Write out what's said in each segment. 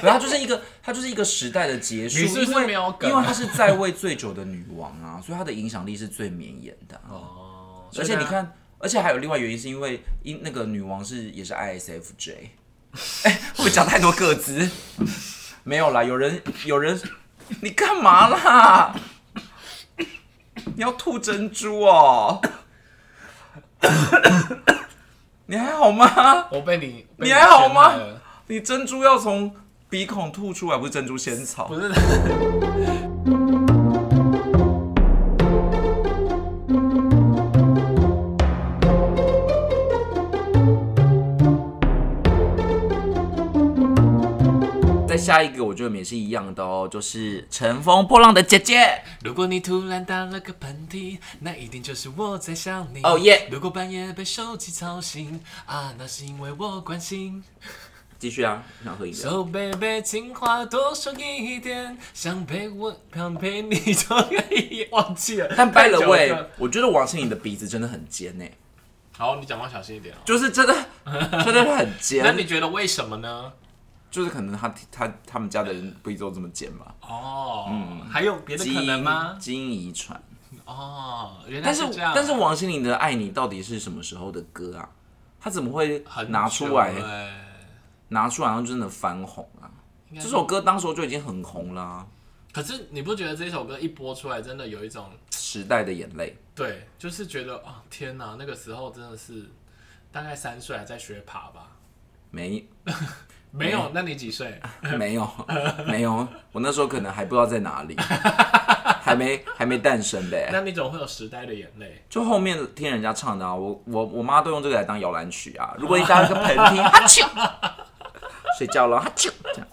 然后就是一个，她就是一个时代的结束，你是不是因为没有梗啊因为她是在位最久的女王啊，所以她的影响力是最绵延的啊、哦，而且你看，而且还有另外原因，是因为因那个女王是也是 ISFJ，哎、会不会讲太多个资？ 没有啦，有人有人，你干嘛啦？你要吐珍珠哦？ 你还好吗？我被你，被你还好吗陷害了？你珍珠要从鼻孔吐出来，不是珍珠仙草不。是， 再下一个，我觉得也是一样的哦，就是乘风破浪的姐姐。如果你突然打了个喷嚏，那一定就是我在想你。哦耶如果半夜被手机吵醒，啊，那是因为我关心。继续啊，我想喝饮料。 So baby，情话多说一点，想陪我，想陪你就可以忘记了。但 by the 太久 way，了我觉得王心凌的鼻子真的很尖诶、好，你讲话小心一点哦。就是真的真的很 那尖。你觉得为什么呢？就是可能他他他们家的人鼻子都这么尖吧？哦，还有别的基可能因吗？嗯基因遗传。哦，原来但是这样。但是王心凌的《爱你》到底是什么时候的歌啊？他怎么会很拿出来、久欸拿出来，然后真的翻红啊？应该这是首歌当时候就已经很红啊啦、可是你不觉得这首歌一播出来，真的有一种时代的眼泪》。对，就是觉得啊、天哪，那个时候真的是大概三岁还在学爬吧？没 没有，嗯那你几岁？没有没有，我那时候可能还不知道在哪里，还没还没诞生呗。那你总会有时代的眼泪。就后面听人家唱的啊，我我我妈都用这个来当摇篮曲啊。如果你打了个喷嚏， 哈啾，睡觉了，哈啾，这样。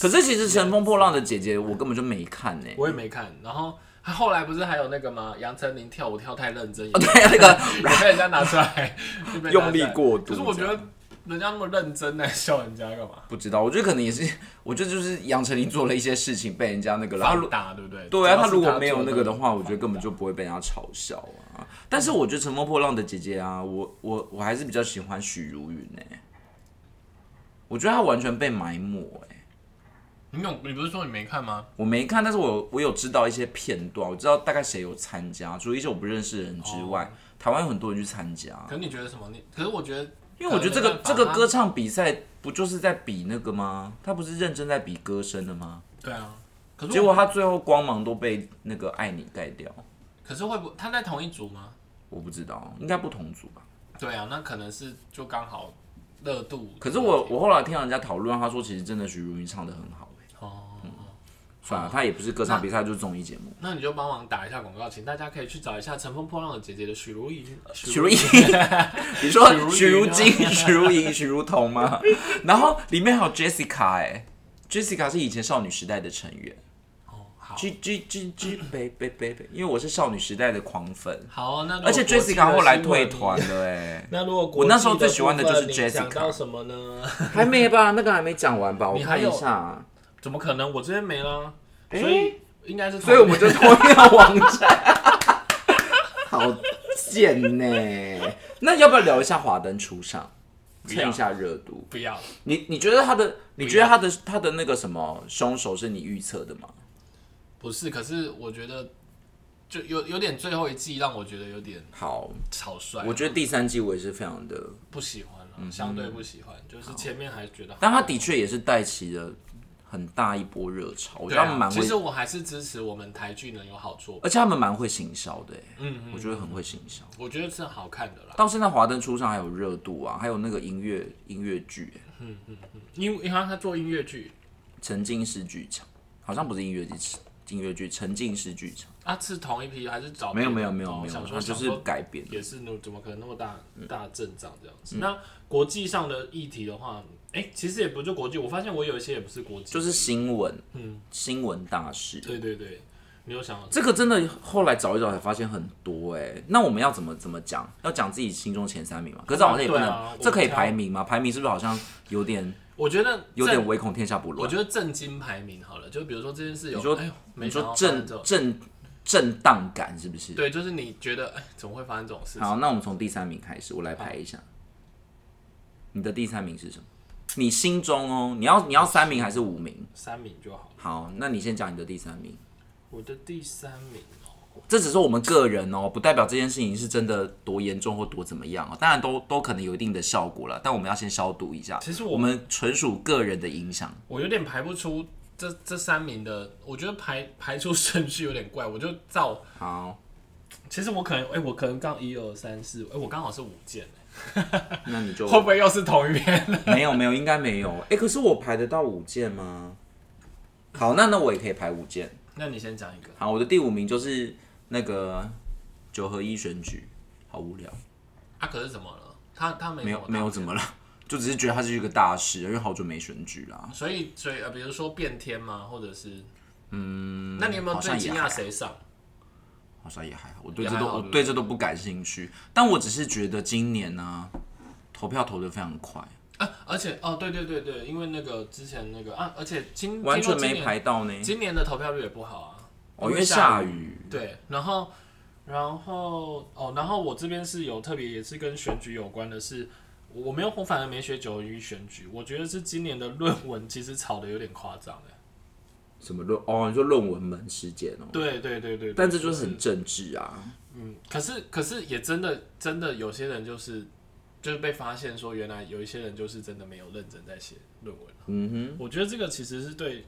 可是其实《乘风破浪的姐姐》我根本就没看呢、我也没看，然后他后来不是还有那个吗？杨丞琳跳舞跳太认真，也对啊，那也个被人家拿出来， 就被人家拿出来用力过度可是我觉这得人家那么认真来笑人家干嘛？不知道，我觉得可能也是，我觉得就是杨丞琳做了一些事情被人家那个了。他她如打对不对？对啊，主要她是如果没有做那个的话，我觉得根本就不会被人家嘲笑啊。但是我觉得《乘风破浪的姐姐》啊，我我我还是比较喜欢许茹芸呢、我觉得她完全被埋没哎、你有你不是说你没看吗？我没看，但是我有我有知道一些片段，我知道大概谁有参加，除了一些我不认识的人之外，台湾有很多人去参加，可是你觉得什么？你可是我觉得，因为我觉得这可个能没这办法个啊歌唱比赛不就是在比那个吗？他不是认真在比歌声的吗？对啊，可是结我果他最后光芒都被那个爱你盖掉，可是会不他在同一组吗？我不知道，应该不同组吧？对啊，那可能是就刚好热度。可是我我后来听人家讨论，他说其实真的徐如云唱的很好、欸，哦，算了，他也不是歌唱比赛，就是综艺节目。那你就帮忙打一下广告，请大家可以去找一下《乘风破浪的姐姐》的许茹芸。许 茹芸，你说许许茹茹芸啊金、许茹莹、许茹彤吗？ 然后里面还有 Jessica 哎、j e s s i c a 是以前少女时代的成员哦，好， ，G G G G 贝贝贝贝，因为我是少女时代的狂粉，好，啊那如果而且国际的 Jessica 后来退新团闻你。了哎、那如果国我那时候际的最喜欢的就是部分你想 Jessica 到什么呢？ 还没吧？那个还没讲完吧？我你还看有一下，怎么可能？我这边没啦，哎所以应该是同所以我们就同一个网站， 好贱呢、那要不要聊一下华灯初上，不要蹭一下热度？ 不要你你觉得他的，你不觉得要他的他的那个什么凶手是你预测的吗？不是，可是我觉得就有有点最后一季让我觉得有点好，草率，啊我觉得第嗯三季我也是非常的，不喜欢了、相对不喜欢，就是前面还觉得好，但他的确也是带起了很大一波热潮，我觉对得他们啊，蛮其会实，我还是支持我们台剧能有好作品，而且他们蛮会行销的欸，嗯我觉得很会行销。我觉得是好看的啦，到现在华灯初上还有热度啊，还有那个音乐音乐剧欸，因为因为他做音乐剧沉浸式剧场，好像不是音乐剧，音乐剧沉浸式剧场，啊，是同一批还是找没有别没人有没有哦没有，想它说就想是说改嗯编的。也是那怎么可能那么大大阵仗这样子？嗯那国际上的议题的话，哎、其实也不就国际，我发现我有一些也不是国际，就是新闻，嗯新闻大事，对对对，你有想到这个真的后来找一找才发现很多哎、那我们要怎么怎么讲？要讲自己心中前三名嘛？可是好像也不能，对啊这可以我们挑排名吗？排名是不是好像有点我觉得有正点唯恐天下不我乱？觉得震惊排名好了，就比如说这件事有，你说哎呦，没你想说到正这种，正正当感是不是？对，就是你觉得哎，怎么会发生这种事情？好，那我们从第三名开始，我来排一下。你的第三名是什么？你心中哦，你要你要三名还是五名？三名就好了。好，那你先讲你的第三名。我的第三名哦，这只是我们个人哦，不代表这件事情是真的多严重或多怎么样哦。当然都都可能有一定的效果了，但我们要先消毒一下。其实我我们纯属个人的影响。我有点排不出这这三名的，我觉得排排出顺序有点怪，我就照。好，其实我可能，哎、我可能刚一二三四，哎，我刚好是五 件，那你就会不会又是同一 篇？ 没有没有，应该没有。哎、可是我排得到五件吗？好，那那我也可以排五件。那你先讲一个，好，我的第五名就是那个九合一选举，好无聊，啊，可是怎么了？他他没没有没有怎么了，就只是觉得它是一个大事，因为好久没选举啦。所以，所以呃，比如说变天吗？或者是，嗯，那你有没有好最像惊也讶还谁上？好像也还好，我对也这都还好我对不对这都不感兴趣，但我只是觉得今年呢、投票投得非常快，啊，而且哦，对对对对，因为那个之前那个啊，而且今完全听说今没年排到呢。今年的投票率也不好啊，哦，因为下雨，对，然后，然后哦，然后我这边是有特别也是跟选举有关的是，我我没有我反而没学九合一选举，我觉得是今年的论文其实炒的有点夸张哎。什么论哦，你说论文门事件哦，对对对对，但这就是很政治啊。嗯，可是可是也真的真的有些人就是就是被发现说，原来有一些人就是真的没有认真在写论文。啊嗯哼。我觉得这个其实是对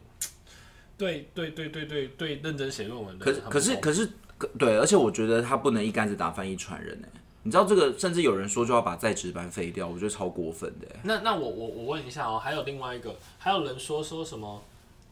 对对对对对对认真写论文的可人是很不可公平。是可是可对，而且我觉得他不能一竿子打翻一船人呢、欸你知道这个，甚至有人说就要把在职班废掉，我觉得超过分的欸、那那我我我问一下哦，还有另外一个，还有人说说什么？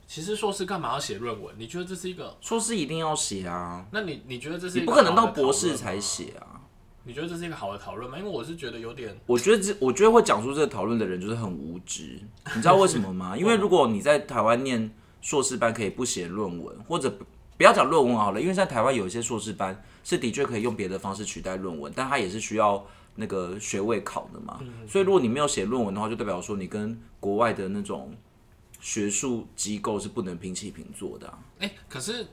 其实硕士干嘛要写论文？你觉得这是一个？硕士一定要写啊，那你你觉得这是你一不个可能好到的博士讨论吗才？写啊。你觉得这是一个好的讨论吗？因为我是觉得有点我觉得这，我觉得会讲出这个讨论的人就是很无知，你知道为什么吗？因为如果你在台湾念硕士班可以不写论文，或者不不要讲论文好了，因为在台湾有一些硕士班是的确可以用别的方式取代论文，但它也是需要那个学位考的嘛。所以如果你没有写论文的话，就代表说你跟国外的那种学术机构是不能平起平坐的啊、哎、可是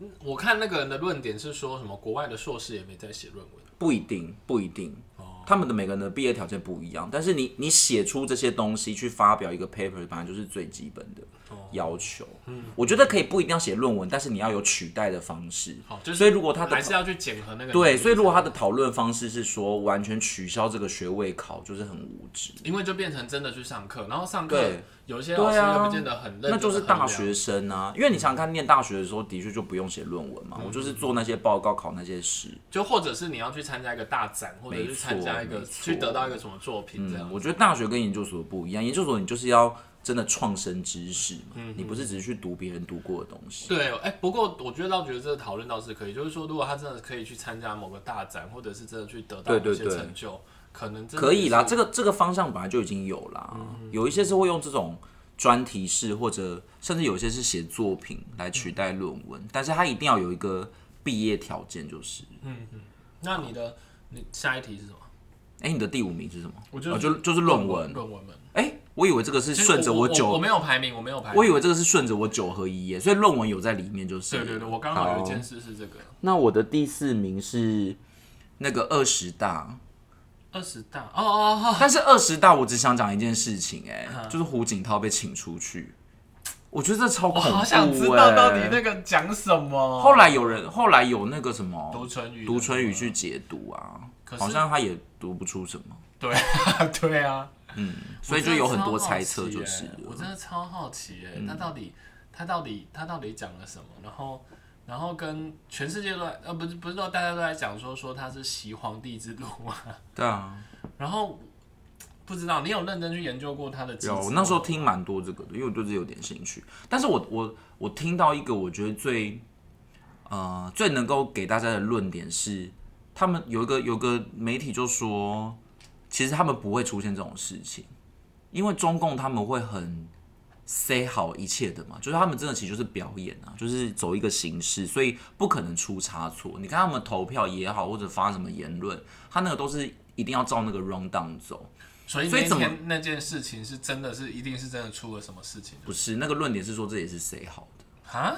嗯我看那个人的论点是说什么国外的硕士也没在写论文，不一定，不一定。他们的每个人的毕业条件不一样，但是你你写出这些东西去发表一个 paper，本来就是最基本的要求。我觉得可以不一定要写论文，但是你要有取代的方式。哦，就是所以如果他的还是要去检核那个对，人所以如果他的讨论方式是说完全取消这个学位考，就是很无知。因为就变成真的去上课，然后上课对有一些对老师啊也不见得很认真，那就是大。学生啊，因为你想想看，念大学的时候的确就不用写论文嘛，我就是做那些报告、考那些试。就或者是你要去参加一个大展，或者没是参加一错个没去错得到一个什么作品这样。嗯，我觉得大学跟研究所不一样，研究所你就是要真的创生知识嘛，你不是只是去读别人读过的东西。嗯对，哎、不过我觉得倒觉得这个讨论倒是可以，就是说，如果他真的可以去参加某个大展，或者是真的去得到对对某些对成就，可能真的可以啦，是这个这个方向本来就已经有啦，嗯有一些是会用这种专题式，或者甚至有一些是写作品来取代论文，但是它一定要有一个毕业条件，就是，那你的你下一题是什么？哎、你的第五名是什么？我觉得哦、就就是论文，论文们。哎、我以为这个是其实顺着我九，我，我我没有排名，我没有排名。以为这个是顺着我九合一耶，所以论文有在里面就是。对对对，我刚好有一好件事是这个那我的第四名是那个二十大，二十大哦哦哦，但是二十大我只想讲一件事情、嗯哎，就是胡锦涛被请出去，我觉得这超恐我怖、哎！欸好想知道到底那个讲什么。后来有人，后来有那个什么读唇语，独春雨去解读啊，可是好像他也读不出什么，对啊对啊，所以就有很多猜测，就是了哎嗯我真的超好奇耶、他到底他到底他到底讲了什么？然后然后跟全世界都在呃不是不是说大家都在讲说说他是习皇帝之路嘛？对啊， 然后不知道你有认真去研究过他的机制有吗？我那时候听蛮多这个的，因为我对这有点兴趣。但是我我我听到一个我觉得最呃最能够给大家的论点是，他们有一个有一个媒体就说，其实他们不会出现这种事情，因为中共他们会很 say 好一切的嘛，就是他们真的其实就是表演啊，就是走一个形式，所以不可能出差错。你看他们投票也好，或者发什么言论，他那个都是一定要照那个 round down 走。所以所以那怎么天那件事情是真的是一定是真的出了什么事情不是，那个论点是说这也是谁好的。啊？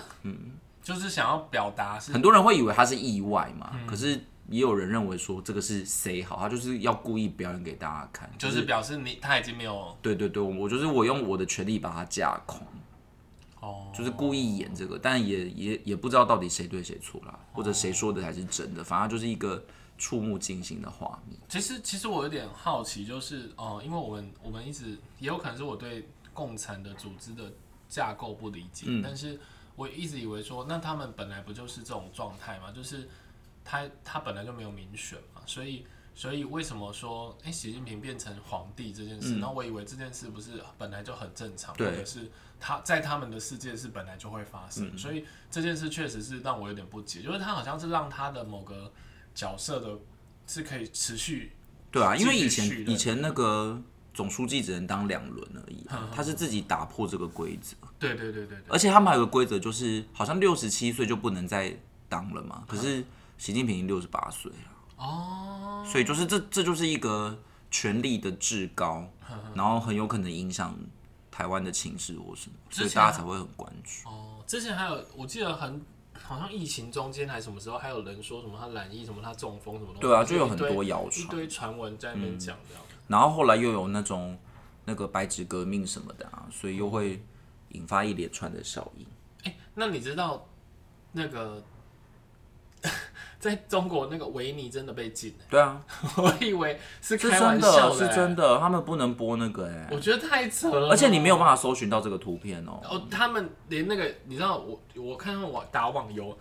就是想要表达是嗯很多人会以为他是意外嘛，嗯可是也有人认为说这个是 say 好，他就是要故意表演给大家看，就是表示你他已经没有对对对，我就是我用我的权利把它架空，哦，就是故意演这个，但也也也不知道到底谁对谁错哦啦，或者谁说的才是真的，反正就是一个触目惊心的画面。其实其实我有点好奇，就是呃，因为我们我们一直也有可能是我对共产的组织的架构不理解，但是我一直以为说，那他们本来不就是这种状态吗？就是他他本来就没有民选嘛，所以所以为什么说哎、诶习近平变成皇帝这件事？那、我以为这件事不是本来就很正常，或对者是他在他们的世界是本来就会发生，所以这件事确实是让我有点不解，就是他好像是让他的某个角色的。是可以持续对啊，继续因为以前续的以前那个总书记只能当两轮而已嗯啊，他是自己打破这个规则，对对对对对，而且他们还有个规则，就是好像六十七岁就不能再当了嘛，可是习近平六十八岁了，哦，所以就是这这就是一个权力的至高，然后很有可能影响台湾的情势或什么，所以之前啊大家才会很关注。哦，之前还有我记得很好像疫情中间还是什么时候，还有人说什么他染疫什么他中风什么东西，对啊，就有一很堆多谣一传，堆传闻在那边讲这样。然后后来又有那种那个白纸革命什么的啊，所以又会引发一连串的效应。哎、那你知道那个在中国那个维尼真的被禁了？ 对啊，我以为是是开真玩笑的，是真的欸的，他们不能播那个哎、欸，我觉得太扯了，而且你没有。办法搜寻到这个图片哦、哦，他们连那个你知道我我看到网打网游，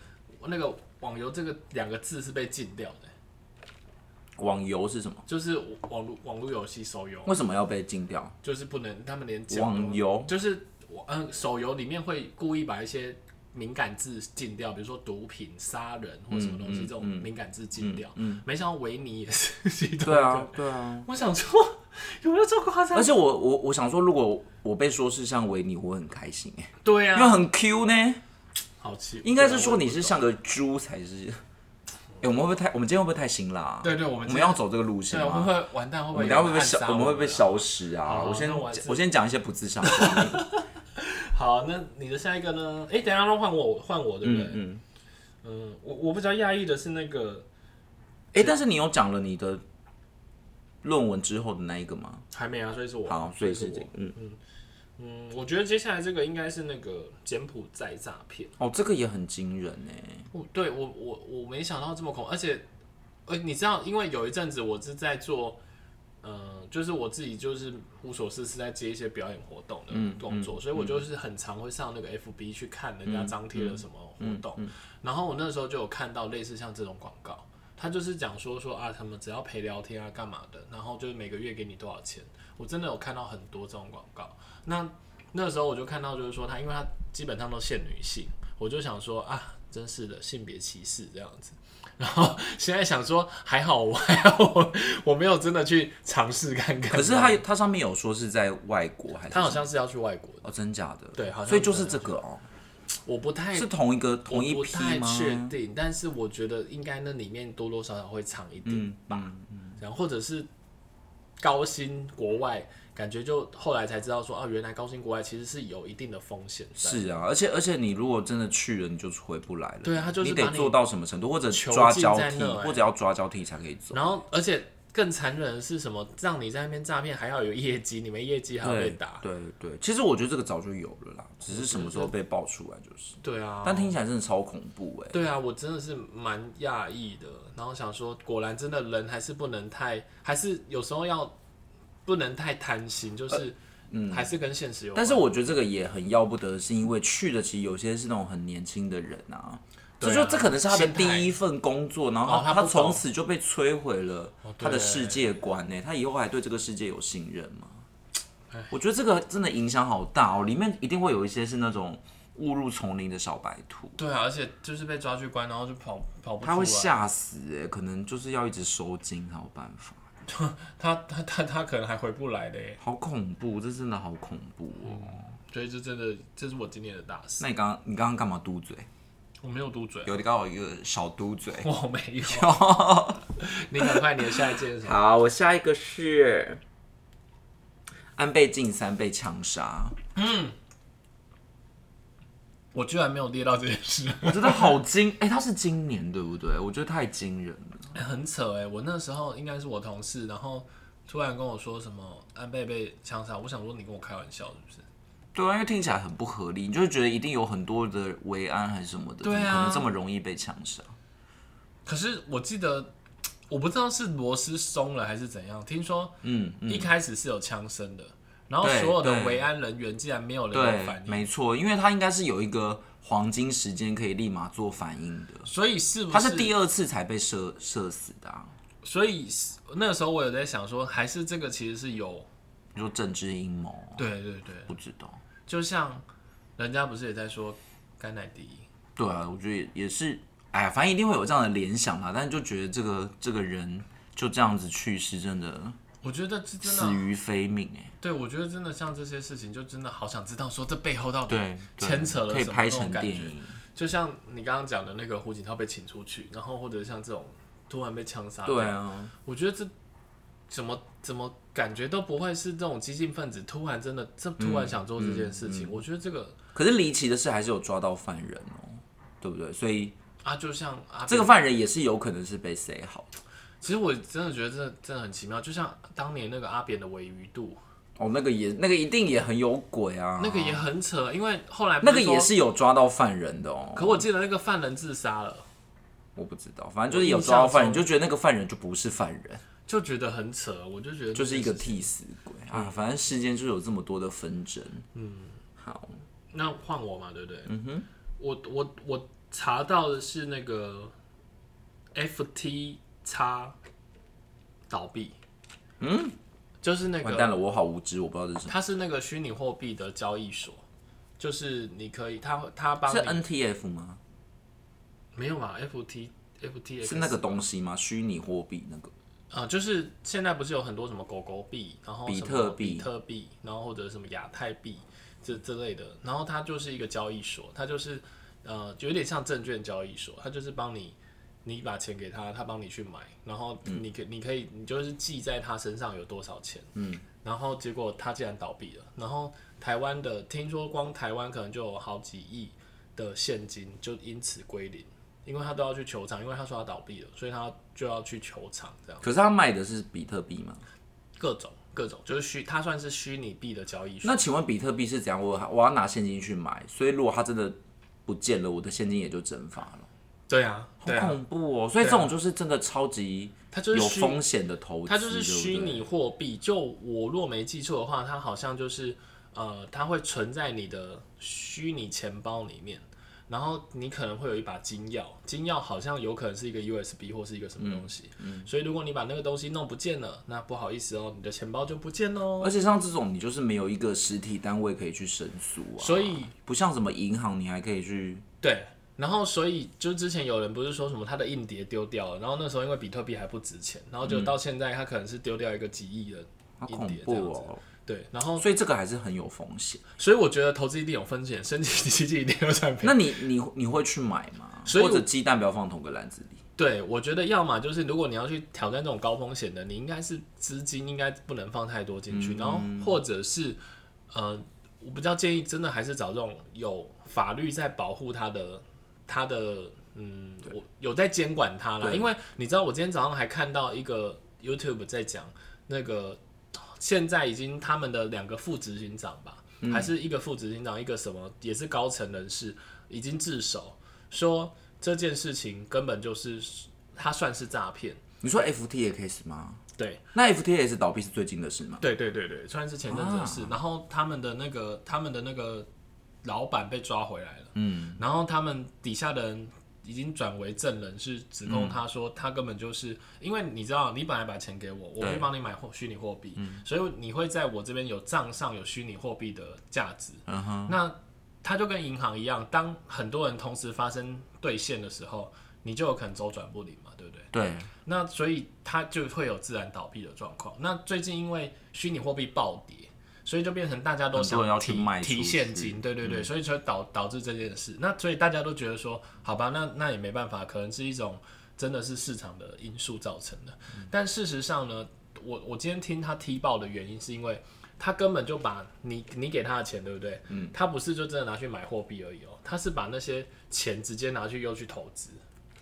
那个网游这个两个字是被禁掉的，网游是什么？就是网络网络游戏手游。为什么要被禁掉？就是不能，他们连讲都网 游就是我嗯，手游里面会故意把一些敏感字禁掉，比如说毒品、杀人或什么东西、这种敏感字禁掉。没想到维尼也是 其中一个。对啊，对啊。我想说，有没有这么夸张而？且我我我想说，如果我被说是像维尼，我会很开心哎、对因为啊，很 Q 呢。好奇，应该是说你是像个猪才是。哎、我们会不会太？我们今天会不会太辛辣、啊？对对我们我们要走这个路线对啊，会不吗？会完蛋？会不我会们有等下会不会人暗杀消？我我们会不会们啊？消失啊？好我先那我还是我先讲一些不自杀的。 好，那你的下一个呢？哎、等一下都换我，换我对不对？嗯嗯。嗯，我我比较讶异的是那个哎、啊但是你有讲了你的论文之后的那一个吗？还没啊，所以是我。好，所以所是以是这我个。嗯，嗯，我觉得接下来这个应该是那个柬埔寨诈骗。哦，这个也很惊人哎、我对我我我没想到这么恐，而且呃，你知道，因为有一阵子我是在做，呃，就是我自己就是无所事事在接一些表演活动的工作，所以我就是很常会上那个 FB 去看人家张贴了什么活动，然后我那时候就有看到类似像这种广告。他就是讲说说啊，他们只要陪聊天啊，干嘛的，然后就是每个月给你多少钱。我真的有看到很多这种广告。那那时候我就看到，就是说他，因为他基本上都限女性，我就想说啊，真是的，性别歧视这样子。然后现在想说，还好我还好我我没有真的去尝试看看。可是它它上面有说是在外国还是什他么？好像是要去外国，哦，真假的？对好像所以就是这个哦，我不太是同一个同一哎我不批太吗？确定，但是我觉得应该那里面多多少少会藏一点嗯吧，然后或者是高薪国外，感觉就后来才知道说啊，原来高薪国外其实是有一定的风险在。是啊，而且而且你如果真的去了，你就是回不来了。对啊他就是你得把你做到什么程度，或者囚抓禁交在替，那欸或者要抓交替才可以走。然后而且更残忍的是什么？让你在那边诈骗，还要有业绩，你没业绩还要对被打。对对，其实我觉得这个早就有了啦，只是什么时候被爆出来就是。对啊，但听起来真的超恐怖哎、对啊，我真的是蛮讶异的。然后想说，果然真的人还是不能太，还是有时候要不能太贪心，就是、嗯，还是跟现实有呃关。但是我觉得这个也很要不得，是因为去的其实有些是那种很年轻的人啊，对这啊就这可能是他的心态第一份工作，然后哦他不他懂哦从此就被摧毁了他的对世界观欸呢、他以后还对这个世界有信任吗？我觉得这个真的影响好大哦，里面一定会有一些是那种误入丛林的小白兔，对啊，而且就是被抓去关，然后就跑跑不出来。他会吓死哎、可能就是要一直收金才有办法。他他他他可能还回不来的耶。好恐怖，这真的好恐怖嗯哦！所以这真的，这是我今年的大事。那你刚刚你刚刚干嘛嘟嘴？我没有嘟嘴，啊有，你刚好有一个小嘟 嘴。 我没有。你赶快，你的下一件是什么？好，我下一个是安倍晋三被枪杀。嗯， 我居然没有列到这件事， 我觉得好惊， 哎、他是今年对不对？我觉得太惊人了。哎很扯哎、我那时候应该是我同事，然后突然跟我说什么安倍被枪杀，我想说你跟我开玩笑是不是？对啊，因为听起来很不合理，你就会觉得一定有很多的维安还是什么的，对啊怎么可能这么容易被枪杀？可是我记得，我不知道是螺丝松了还是怎样，听说嗯，嗯一开始是有枪声的，然后对所有的对维安人员竟然没有人有对反，应，没错，因为他应该是有一个黄金时间可以立马做反应的，所以是不他是第二次才被射射死的、啊。所以是那时候我有在想说，还是这个其实是有，你说政治阴谋？对对对，不知道。就像人家不是也在说甘乃迪，对啊，我觉得也也是，哎呀，反正一定会有这样的联想啦。但是就觉得这个这个人就这样子去世，真的我觉得这真死的，于非命哎、对我觉得真的像这些事情，就真的好想知道说这背后到底，对，对牵扯了可以什么拍那种成感电觉啊影。就像你刚刚讲的那个胡锦涛被请出去，然后或者像这种突然被枪杀，对，啊，我觉得这怎么怎么感觉都不会是这种激进分子突然真的这突嗯然想做这件事情，我觉得这个可是离奇的是还是有抓到犯人哦、对不对？所以啊，就像啊这个犯人也是有可能是被塞好的。其实我真的觉得真的真的很奇妙，就像当年那个阿扁的尾鱼肚，哦，那个也那个一定也很有鬼啊，那个也很扯，因为后来不那个说也，是有抓到犯人的哦、可我记得那个犯人自杀了，我不知道，反正就是有抓到犯人，我印象就觉得那个犯人就不是犯人，就觉得很扯，我就觉得就是一个替死鬼啊。反正世间就有这么多的纷争。那换我嘛，对不对？嗯哼，我我我查到的是那个 FT 叉倒闭，嗯，就是那完个蛋了，我好无知，我不知道这是什么。它是那个虚拟货币的交易所，就是你可以，它它帮是你 NTF 吗？没有嘛？FT FT 是那个东西吗？虚拟货币那个？呃，就是现在不是有很多什么狗狗币，然后比什么特比币特币，然后或者什么亚太币这这类的，然后它就是一个交易所，它就是呃，就有点像证券交易所，它就是帮你，你把钱给他，他帮你去买，然后嗯你可、你可以你就是记在他身上有多少钱，嗯，然后结果他竟然倒闭了，然后台湾的听说光台湾可能就有好几亿的现金就因此归零，因为他都要去球场，因为他说他倒闭了，所以他就要去球场这样。可是他卖的是比特币吗？各种各种，就是虚，它算是虚拟币的交易所。那请问比特币是怎样？我我要拿现金去买，所以如果它真的不见了，我的现金也就蒸发了，对啊，对好啊，恐怖哦！所以这种就是真的超级它就是有虚，风险的投资，它就是对虚不对拟货币。就我若没记错的话，它好像就是呃，它会存在你的虚拟钱包里面，然后你可能会有一把金钥，金钥好像有可能是一个 USB 或是一个什么东西。嗯所以如果你把那个东西弄不见了，那不好意思哦，你的钱包就不见喽。而且像这种，你就是没有一个实体单位可以去申诉啊，所以不像什么银行，你还可以去对，然后所以就之前有人不是说什么他的硬碟丢掉了，然后那时候因为比特币还不值钱，然后就到现在他可能是丢掉一个几亿的，好硬恐碟这怖样子哦！对，然后所以这个还是很有风险。所以我觉得投资一定有风险，升级基金一定有产品。那你你你会去买吗？所以或我者鸡蛋不要放同个篮子里。对，我觉得要么就是如果你要去挑战这种高风险的，你应该是资金应该不能放太多进去，然后或者是呃，我比较建议真的还是找这种有法律在保护他的他的嗯，我有在监管他啦，对因为你知道我今天早上还看到一个 YouTube 在讲那个现在已经他们的两个副执行长吧，还是一个副执行长，一个什么也是高层人士，已经自首说这件事情根本就是他算是诈骗。你说 FTX 吗？对那 FTX 倒闭是最近的事吗？对对对对，算是前阵子的事。然后他们的那个他们的那个老板被抓回来了，嗯，然后他们底下的人。已经转为证人，是指控他说他根本就是因为你知道，你本来把钱给我，我会对帮你买货虚拟货币，所以你会在我这边有账上有虚拟货币的价值，嗯哼，那它就跟银行一样，当很多人同时发生兑现的时候，你就有可能周转不灵嘛，对不对？对，那所以它就会有自然倒闭的状况。那最近因为虚拟货币暴跌，所以就变成大家都很多想人要提去卖出提去嗯现金，对对对，所以就导导致这件事。那所以大家都觉得说，好吧，那那也没办法，可能是一种真的是市场嗯的因素造成的。但事实上呢，我我今天听他踢爆的原因是因为他根本就把你你给他的钱，对不对？嗯，他不是就真的拿去买货币而已哦，他是把那些钱直接拿去又去投资，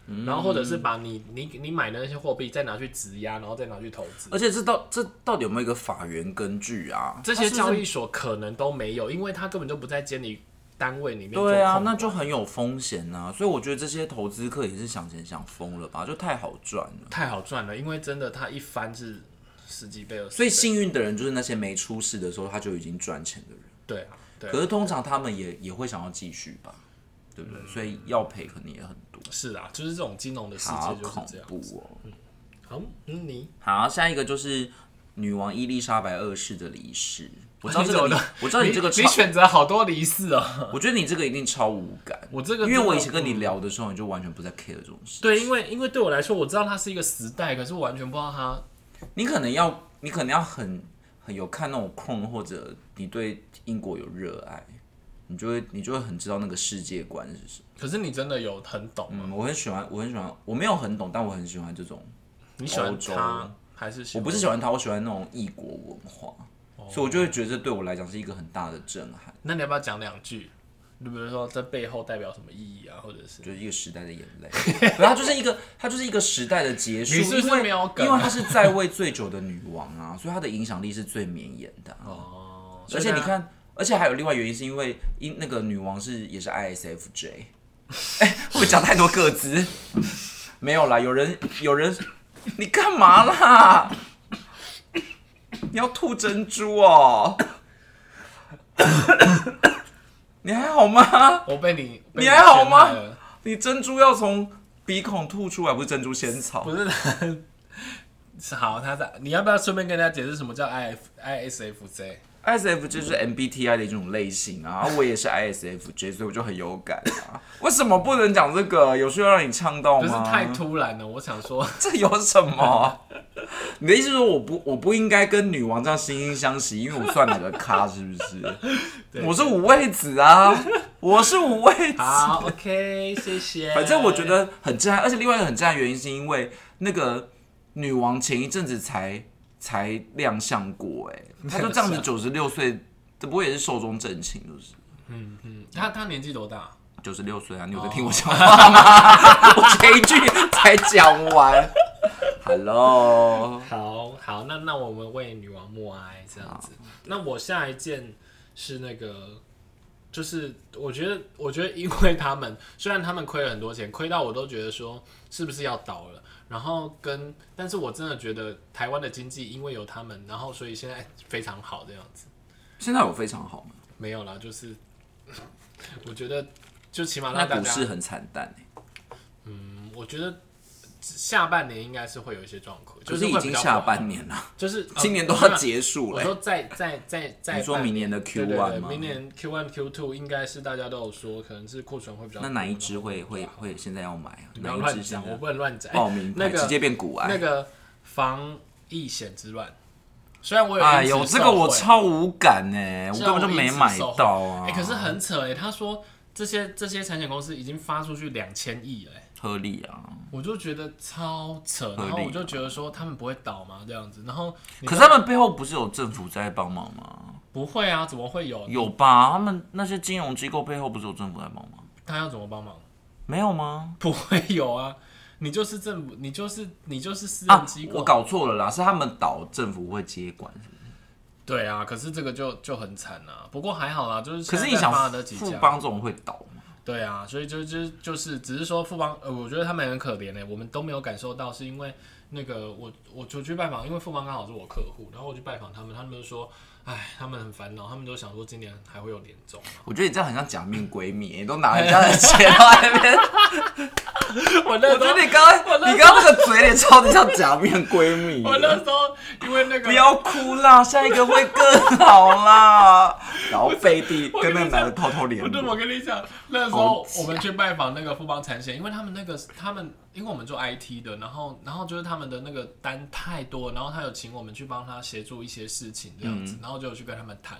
嗯然后或者是把你你你买的那些货币再拿去质押，然后再拿去投资。而且这到这到底有没有一个法源根据啊？这它些是不是交易所可能都没有，因为他根本就不在监理单位里面做对啊，控那管就很有风险呐、所以我觉得这些投资客也是想钱想疯了吧，就太好赚了。太好赚了，因为真的他一翻是十几倍，二十倍所以幸运的人就是那些没出事的时候他就已经赚钱的人，对啊，对啊可是通常他们也也会想要继续吧，对不对？所以要赔肯定也很多，是啊，就是这种金融的世好界就是恐这样。怖哦。好，嗯，你好，下一个就是女王伊丽莎白二世的离世。我知道这你怎个么离了，我知道你这个你超，选择好多离世哦。我觉得你这个一定超无感。我这个因为真的我以前跟你聊的时候，你就完全不在 care 这种事。对，因为因为对我来说，我知道它是一个时代，可是我完全不知道它。你可能要，你可能要很很有看那种空，或者你对英国有热爱，你就会你就会很知道那个世界观是什么。可是你真的有很懂吗？嗯，我很喜欢，我很喜欢，我没有很懂，但我很喜欢这种。你喜欢欧洲它还是喜我欢不是喜欢它，我喜欢那种异国文化，哦所以我就会觉得这对我来讲是一个很大的震撼，那你要不要讲两句？你比如说这背后代表什么意义啊，或者是就是一个时代的眼泪。可它就是一个，它就是一个时代的结束，你是不是因为没有梗啊因为她是在位最久的女王啊，所以她的影响力是最绵延的啊、哦，而所以且大你家，看，而且还有另外原因，是因为因那个女王是也是 ISFJ，哎、会不会讲太多个资？没有啦，有人有人，你干嘛啦？你要吐珍珠哦？ 你还好吗？我被你被你还好吗陷害了你珍珠要从鼻孔吐出来，不是珍珠仙草不？是 他是好，他在你要不要顺便跟大家解释什么叫 I F I S F J？ ISFJ 就是 MBTI 的一种类型啊，我也是 ISFJ，所以我就很有感啊。为什么不能讲这个？有需要让你呛到可是吗？太突然了，我 想说，这有什么？你的意思是说我不我不应该跟女王这样惺惺相惜，因为我算哪个咖是不 是？我是五味子啊，我是五味子。啊好 OK，谢谢。反正我觉得很震撼，而且另外一个很震撼的原因是因为那个女王前一阵子才才亮相过、 啊哎，她就这样子九十六岁，这不过也是寿终正寝，就是嗯他他年纪多大？九十六岁啊！你有在听我讲话 吗？我前一句才讲完，Hello。好好，那那我们为女王默哀这样子。那我下一件是那个，就是我觉得，我觉得因为他们虽然他们亏了很多钱，亏到我都觉得说是不是要倒了。然后跟，但是我真的觉得台湾的经济因为有他们，然后所以现在非常好这样子。现在有非常好吗？没有啦，就是我觉得就起码那让大股家，市很惨淡、欸、嗯我觉得下半年应该是会有一些状况，可就是是已会比经较下不好，半年了，就是今年都呃要结束我了、欸。说再再再再，你说明年的 Q 对对 one 对，吗？明年 Q one Q two 应该是大家都有说，可能是库存会比较多。那哪一支会会会现在要买啊？你不哪一要乱支现讲，我在不能乱讲。报名牌那直个接变股那癌？个防疫险之乱，虽然我 有哎因此呦，这受个我贿超无感哎、我虽根然本就因没此买受贿到啊。哎，可是很扯哎，他说这些这些产险公司已经发出去两千亿了哎。合理啊，我就觉得超扯，然合后理我就觉得说他们不会倒吗？这样子，然后你可是他们背后不是有政府在帮忙吗？不会啊，怎么会有？有吧？他们那些金融机构背后不是有政府在帮忙？他要怎么帮忙？没有吗？ 不会有啊，你就是政府，你就是你就是私啊人机，构、我搞错了啦，是他们倒，政府会接管。对啊，可是这个就就很惨啊。不过还好啦，就是可是你现在在想发的那，几富家，邦这种会倒吗？对啊，所以就就就是只是说富邦，呃，我觉得他们很可怜呢、欸我们都没有感受到，是因为那个我我就去拜访，因为富邦刚好是我客户，然后我去拜访他们，他们就说，哎，他们很烦恼，他们都想说今年还会有年 终。我觉得你这样很像假面 闺蜜，你都拿人家的钱到那边。我那我时觉候得你刚刚你刚刚那个嘴脸超级像假面闺蜜。我那时候因为那 个不要哭啦，下一个会更好 啦。然后背地我跟那个我跟你男的偷偷联我对，络我，跟你讲，那时好候假我们去拜访那个富邦产险，因为他们那个他们，因为我们做 IT 的，然后然后就是他们的那个嗯单太多，然后他有请我们去帮他协助一些事情这样子，然后就有去跟他们谈，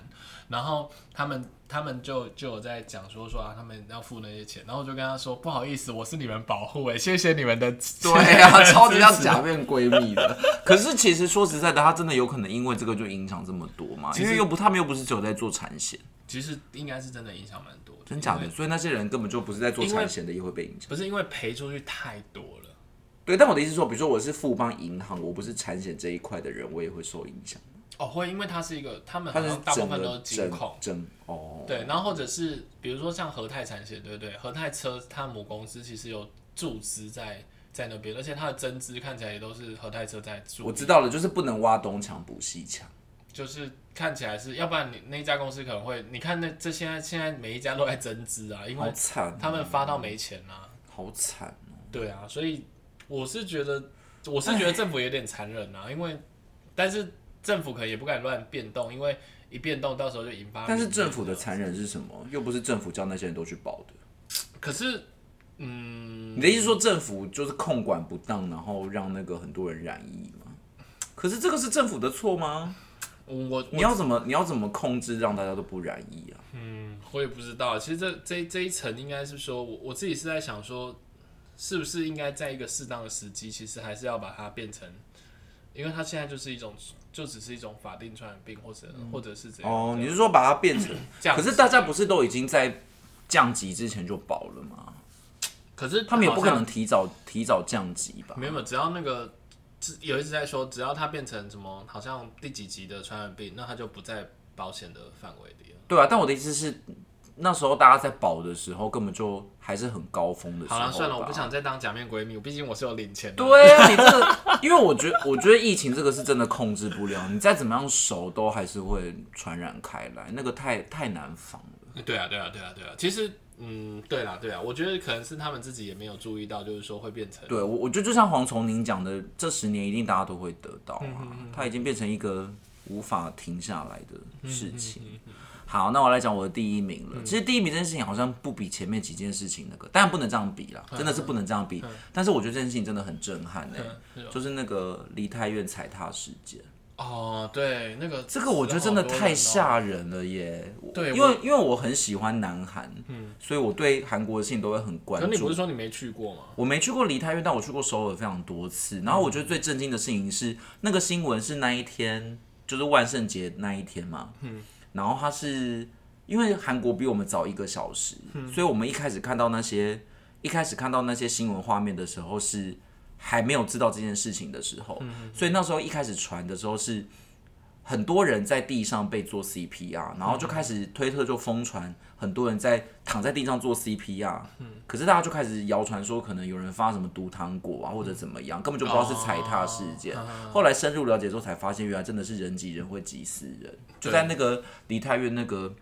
然后他们他们就就有在讲说说啊，他们要付那些钱，然后我就跟他说不好意思，我是你们保护哎、谢谢你们的 对啊，超级像支持假面闺蜜的。 可是其实说实在的，她真的有可能因为这个就影响这么多嘛？因为又不，他们又不是只有在做产险，其实应该是真的影响蛮多的，真假因的，为所以那些人根本就不是在做因为产险的，也会被影响。不是因为赔出去太多了。对，但我的意思是说，比如说我是富邦银行，我不是产险这一块的人，我也会受影响。哦，会，因为它是一个，他们它好是像大部整分都个是金整控，整哦，对，然后或者是比如说像和泰产险，对不对？和泰车它母公司其实有注资在在那边，而且它的增资看起来也都是和泰车在注，我知道了，就是不能挖东墙补西墙。就是看起来是，要不然你那一家公司可能会，你看那这现在现在每一家都在增资啊，因好为惨，哦他们发到没钱啊，好惨。对啊，所以我是觉得我是觉得政府有点残忍啊，因为但是政府可能也不敢乱变动，因为一变动到时候就引发，但是政府的残忍是什么？又不是政府叫那些人都去保的。可是嗯。你的意思说政府就是控管不当，然后让那个很多人染疫吗？可是这个是政府的错吗？我你要怎么你要怎么控制让大家都不染疫啊？嗯，我也不知道。其实这这这一层应该是说，我我自己是在想说，是不是应该在一个适当的时机，其实还是要把它变成，因为它现在就是一种，就只是一种法定传染病，或者、或者是怎样。哦，你是说把它变成？啊这样可子是大家不是都已经在降级之前就保了吗？可是他们也不可好能提早提早降级吧像，？没有，没有只要那个只有一直在说，只要它变成什么，好像第几级的传染病，那它就不在保险的范围里了。对啊，但我的意思是，那时候大家在保的时候，根本就还是很高峰的时候好吧。了，算了，我不想再当假面闺蜜，毕竟我是有领钱的。对啊，你这个，因为我觉得，我觉得疫情这个是真的控制不了，你再怎么样熟，都还是会传染开来，那个太太难防了。对啊，对啊，对啊，对啊。其实，嗯，对啦，对啊，我觉得可能是他们自己也没有注意到，就是说会变成对我，我觉得就像黄崇宁讲的，这十年一定大家都会得到啊，它已经变成一个无法停下来的事情。好，那我来讲我的第一名了。其实第一名这件事情好像不比前面几件事情那个，当然不能这样比啦，真的是不能这样比。但是我觉得这件事情真的很震撼哎、嗯就是那个梨泰院踩踏事件。哦，对，那个这个我觉得啊真的哦太吓人了耶！我对因为因为我很喜欢南韩，所以我对韩国的事情都会很死了好多关人哦。可你不注是。说你没去过吗？我没去过梨泰院，但我去过首尔非常多次。然后我觉嗯得最震惊的事情是，那个新闻是那一天，就是万圣节那一天嘛。嗯然后他是因为韩国比我们早一个小时，所以我们一开始看到那些一开始看到那些新闻画面的时候是还没有知道这件事情的时候，所以那时候一开始传的时候是很多人在地上被做 CPR，然后就开始推特就疯传很多人在躺在地上做 CPR，、可是大家就开始谣传说可能有人发什么毒糖果啊或者怎么样，根本就不知道是踩踏事件。后来深入了解之后才发现，原来真的是人挤人会挤死人，就在那个梨泰院那个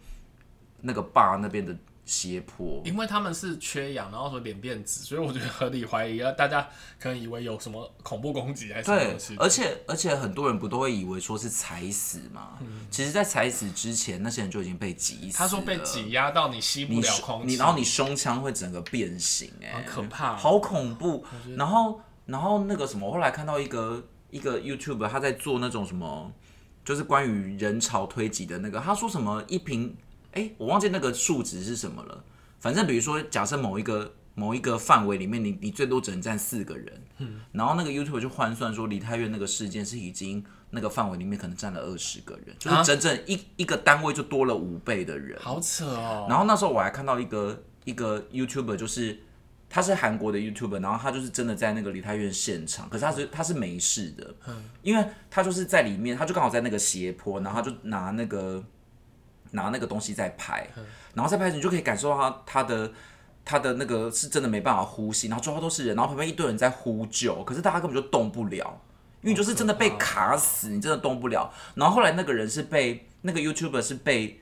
那个坝那边的斜坡。因为他们是缺氧，然后说脸变紫，所以我觉得合理怀疑啊，大家可能以为有什么恐怖攻击还是什么对东西，。而且而且很多人不都会以为说是踩死嘛，其实，在踩死之前，那些人就已经被挤死了。嗯他说被挤压到你吸不你了胸空你气，然后你胸腔会整个变形、哎，好可怕哦好恐怖。然后然后那个什么，我后来看到一个一个 YouTube，他在做那种什么，就是关于人潮推挤的那个，他说什么一瓶，哎、我忘记那个数值是什么了。反正比如说，假设某一个某一个范围里面你，你最多只能站四个人，然后那个 YouTube 就换算说，梨泰院那个事件是已经那个范围里面可能占了二十个人，就是整整一、一个单位就多了五倍的人。好扯哦。然后那时候我还看到一个一个 YouTuber，就是他是韩国的 YouTuber，然后他就是真的在那个梨泰院现场，可是他是他是没事的，因为他就是在里面，他就刚好在那个斜坡，然后他就拿那个拿那个东西在拍，然后在拍的时候你就可以感受到他他的。他的那个是真的没办法呼吸，然后周遭都是人，然后旁边一堆人在呼救，可是大家根本就动不了，因为你就是真的被卡死，你真的动不了。然后后来那个人是被那个 YouTuber 是被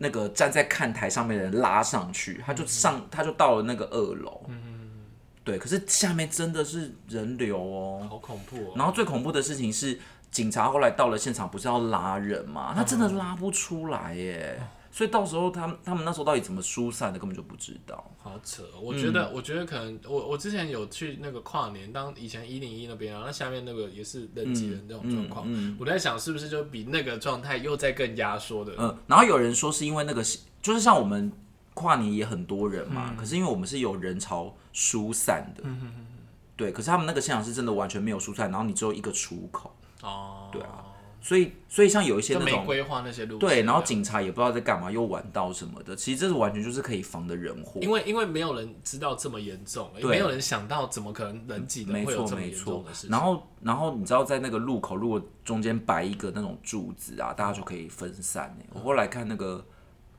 那个站在看台上面的人拉上去，他就上，他就到了那个二楼。对，可是下面真的是人流哦。好恐怖哦！然后最恐怖的事情是，警察后来到了现场，不是要拉人嘛？他真的拉不出来耶。所以到时候他们他们那时候到底怎么疏散的，根本就不知道。好扯哦！我觉得，我觉得可能我我之前有去那个跨年，当以前一零一那边啊，那下面那个也是人挤人这种状嗯况，我在想是不是就比那个状态又再更压缩的？嗯，然后有人说是因为那个是，就是像我们跨年也很多人嗯嘛，可是因为我们是有人潮疏散的，对，可是他们那个现场是真的完全没有疏散，然后你只有一个出口，哦，对啊，所以所以像有一些就那没种规划那些路线对，然后这样警察也不知道在干嘛，又晚到什么的，其实这是完全就是可以防的人祸。因为因为没有人知道这么严重，对没有人想到怎么可能人挤没人会有错这么没严错重的事情。然后然后你知道在那个路口，如果中间摆一个那种柱子啊，大家就可以分散、欸。嗯我后来看那个，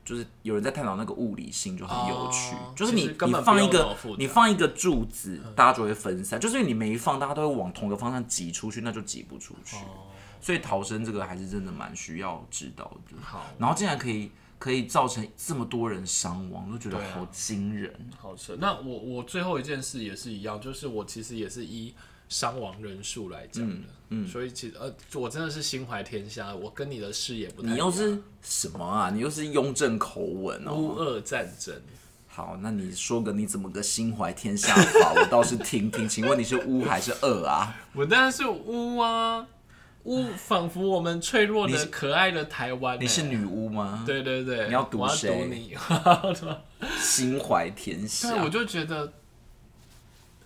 就是有人在探讨那个物理性，就很有趣。哦就是其你实根你本放不一用那个么复杂嗯你放一个柱子，大家就会分散。就是因为你没放，大家都会往同一个方向挤出去，那就挤不出去。哦所以逃生这个还是真的蛮需要知道的。好，然后竟然可以可以造成这么多人伤亡，我就觉得对啊好惊人。好扯。那我我最后一件事也是一样，就是我其实也是以伤亡人数来讲的，嗯，所以其实呃，我真的是心怀天下，我跟你的视野不太一样。你又是什么啊？你又是雍正口吻哦。乌俄战争，好，那你说个你怎么个心怀天下法，我倒是听 听。请问你是乌还是恶啊？我当然是乌啊，乌仿佛我们脆弱的、可爱的台湾欸、你是女巫吗？，对对对，你要毒我要谁啊毒你。 心怀天下对，。我就觉得，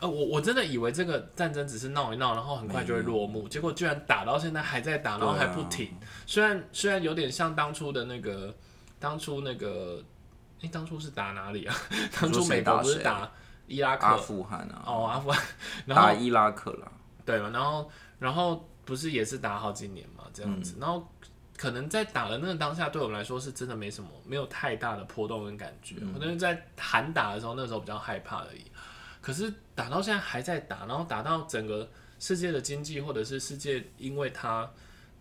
呃，我我真的以为这个战争只是闹一闹，然后很快就会落幕，结果居然打到现在还在打，然后还不停。啊虽然虽然有点像当初的那个，当初那个，哎、当初是打哪里啊？ 当初美国不是谁打打伊拉克阿富汗啊，哦，阿富汗，然后打伊拉克啦。对嘛，然后然后不是也是打好几年嘛，这样嗯子，然后可能在打的那个当下，对我们来说是真的没什么，没有太大的波动跟感觉。嗯可能在喊打的时候，那时候比较害怕而已。可是打到现在还在打，然后打到整个世界的经济或者是世界，因为它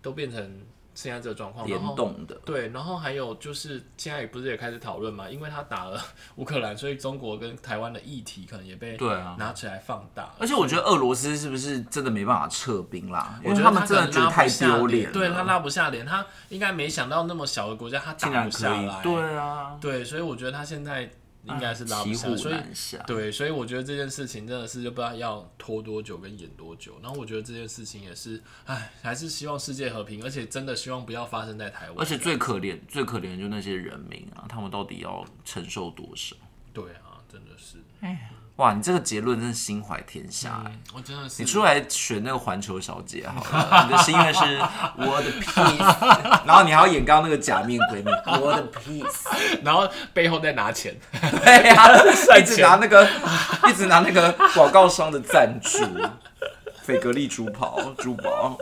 都变成现在这个状况，联哦然后。动的，对，然后还有就是现在也不是也开始讨论嘛，因为他打了 乌克兰，所以中国跟台湾的议题可能也被对啊拿起来放大。而且我觉得俄罗斯是不是真的没办法撤兵啦？我因觉为得他们真的可觉能得拉太不下丢脸脸了，对他拉不下脸，他应该没想到那么小的国家他竟打然不可下以来，，对啊，对所以我觉得他现在应该是拉不骑下，虎所以难下。对，所以我觉得这件事情真的是就不知道要拖多久跟演多久，然后我觉得这件事情也是，唉，还是希望世界和平，而且真的希望不要发生在台湾，而且最可怜、最可怜的就是那些人民啊，他们到底要承受多少？对啊，真的是，哇，你这个结论真是心怀天下、欸。嗯我真的是你出 来选那个环球小姐好了，你的心愿是 我的 peace，然后你 还要演刚刚那个假面闺蜜，我的 peace，然后背后再拿钱，对啊，一直拿那个，一直拿那个广告商的赞助，斐格丽珠宝，珠宝，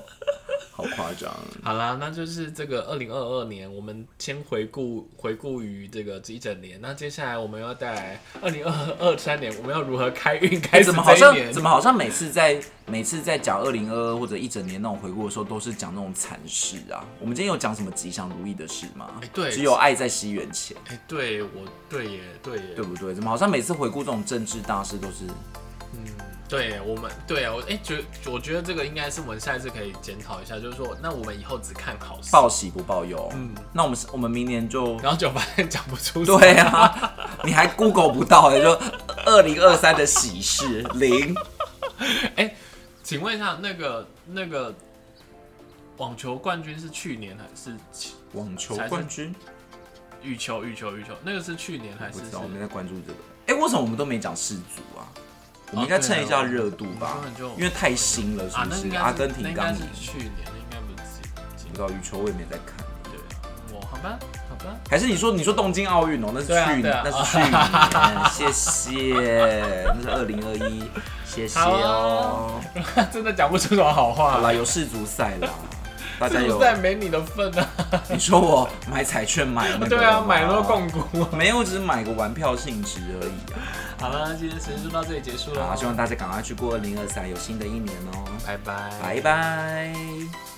好夸张。好啦，那就是这个二零二二年，我们先回顾回顾于这个这一整年。那接下来我们要带来二零二二三年，我们要如何开运哎开始怎么好这一像年？怎么好像每次在每次在讲二零二二或者一整年那种回顾的时候，都是讲那种惨事啊？我们今天有讲什么吉祥如意的事吗？哎对只有爱在西元前。哎、对我对耶，对耶，对不对？怎么好像每次回顾这种政治大事都是对我们对啊，我哎、觉我觉得这个应该是我们下一次可以检讨一下，就是说，那我们以后只看好事，报喜不报忧？嗯，那我们我们明年就然后就发现讲不出。对啊， 你还 Google 不到的，就二零二三的喜 事零。哎、请问一下，那个那个网球冠军是去年还是网球才是冠军，羽球？羽球羽球那个是去年还是不是知道我没在关注这个。哎、为什么我们都没讲世足啊？我们应该蹭一下热度吧哦对啊我们根本就，因为太新了，是，啊不那应是？该阿根廷刚那应该赢是，去年，应该不是不今年。知道羽球我也没在看。对啊，我好吧，好吧， 还是你说你说东京奥运哦，那是对啊去年，对啊那是去年，谢谢，那是二零二一，谢谢好哦哦。真的讲不出什么好话好啦，有世足赛啦，大家是有不是没你的份 啊？你说我买彩券买那个 对啊，吗买了共股。没有，只是买个玩票性质而已啊。 好了，今天时间就到这里结束好了啦，希，望大家赶快去过二零二三，有新的一年哦，拜拜，拜拜。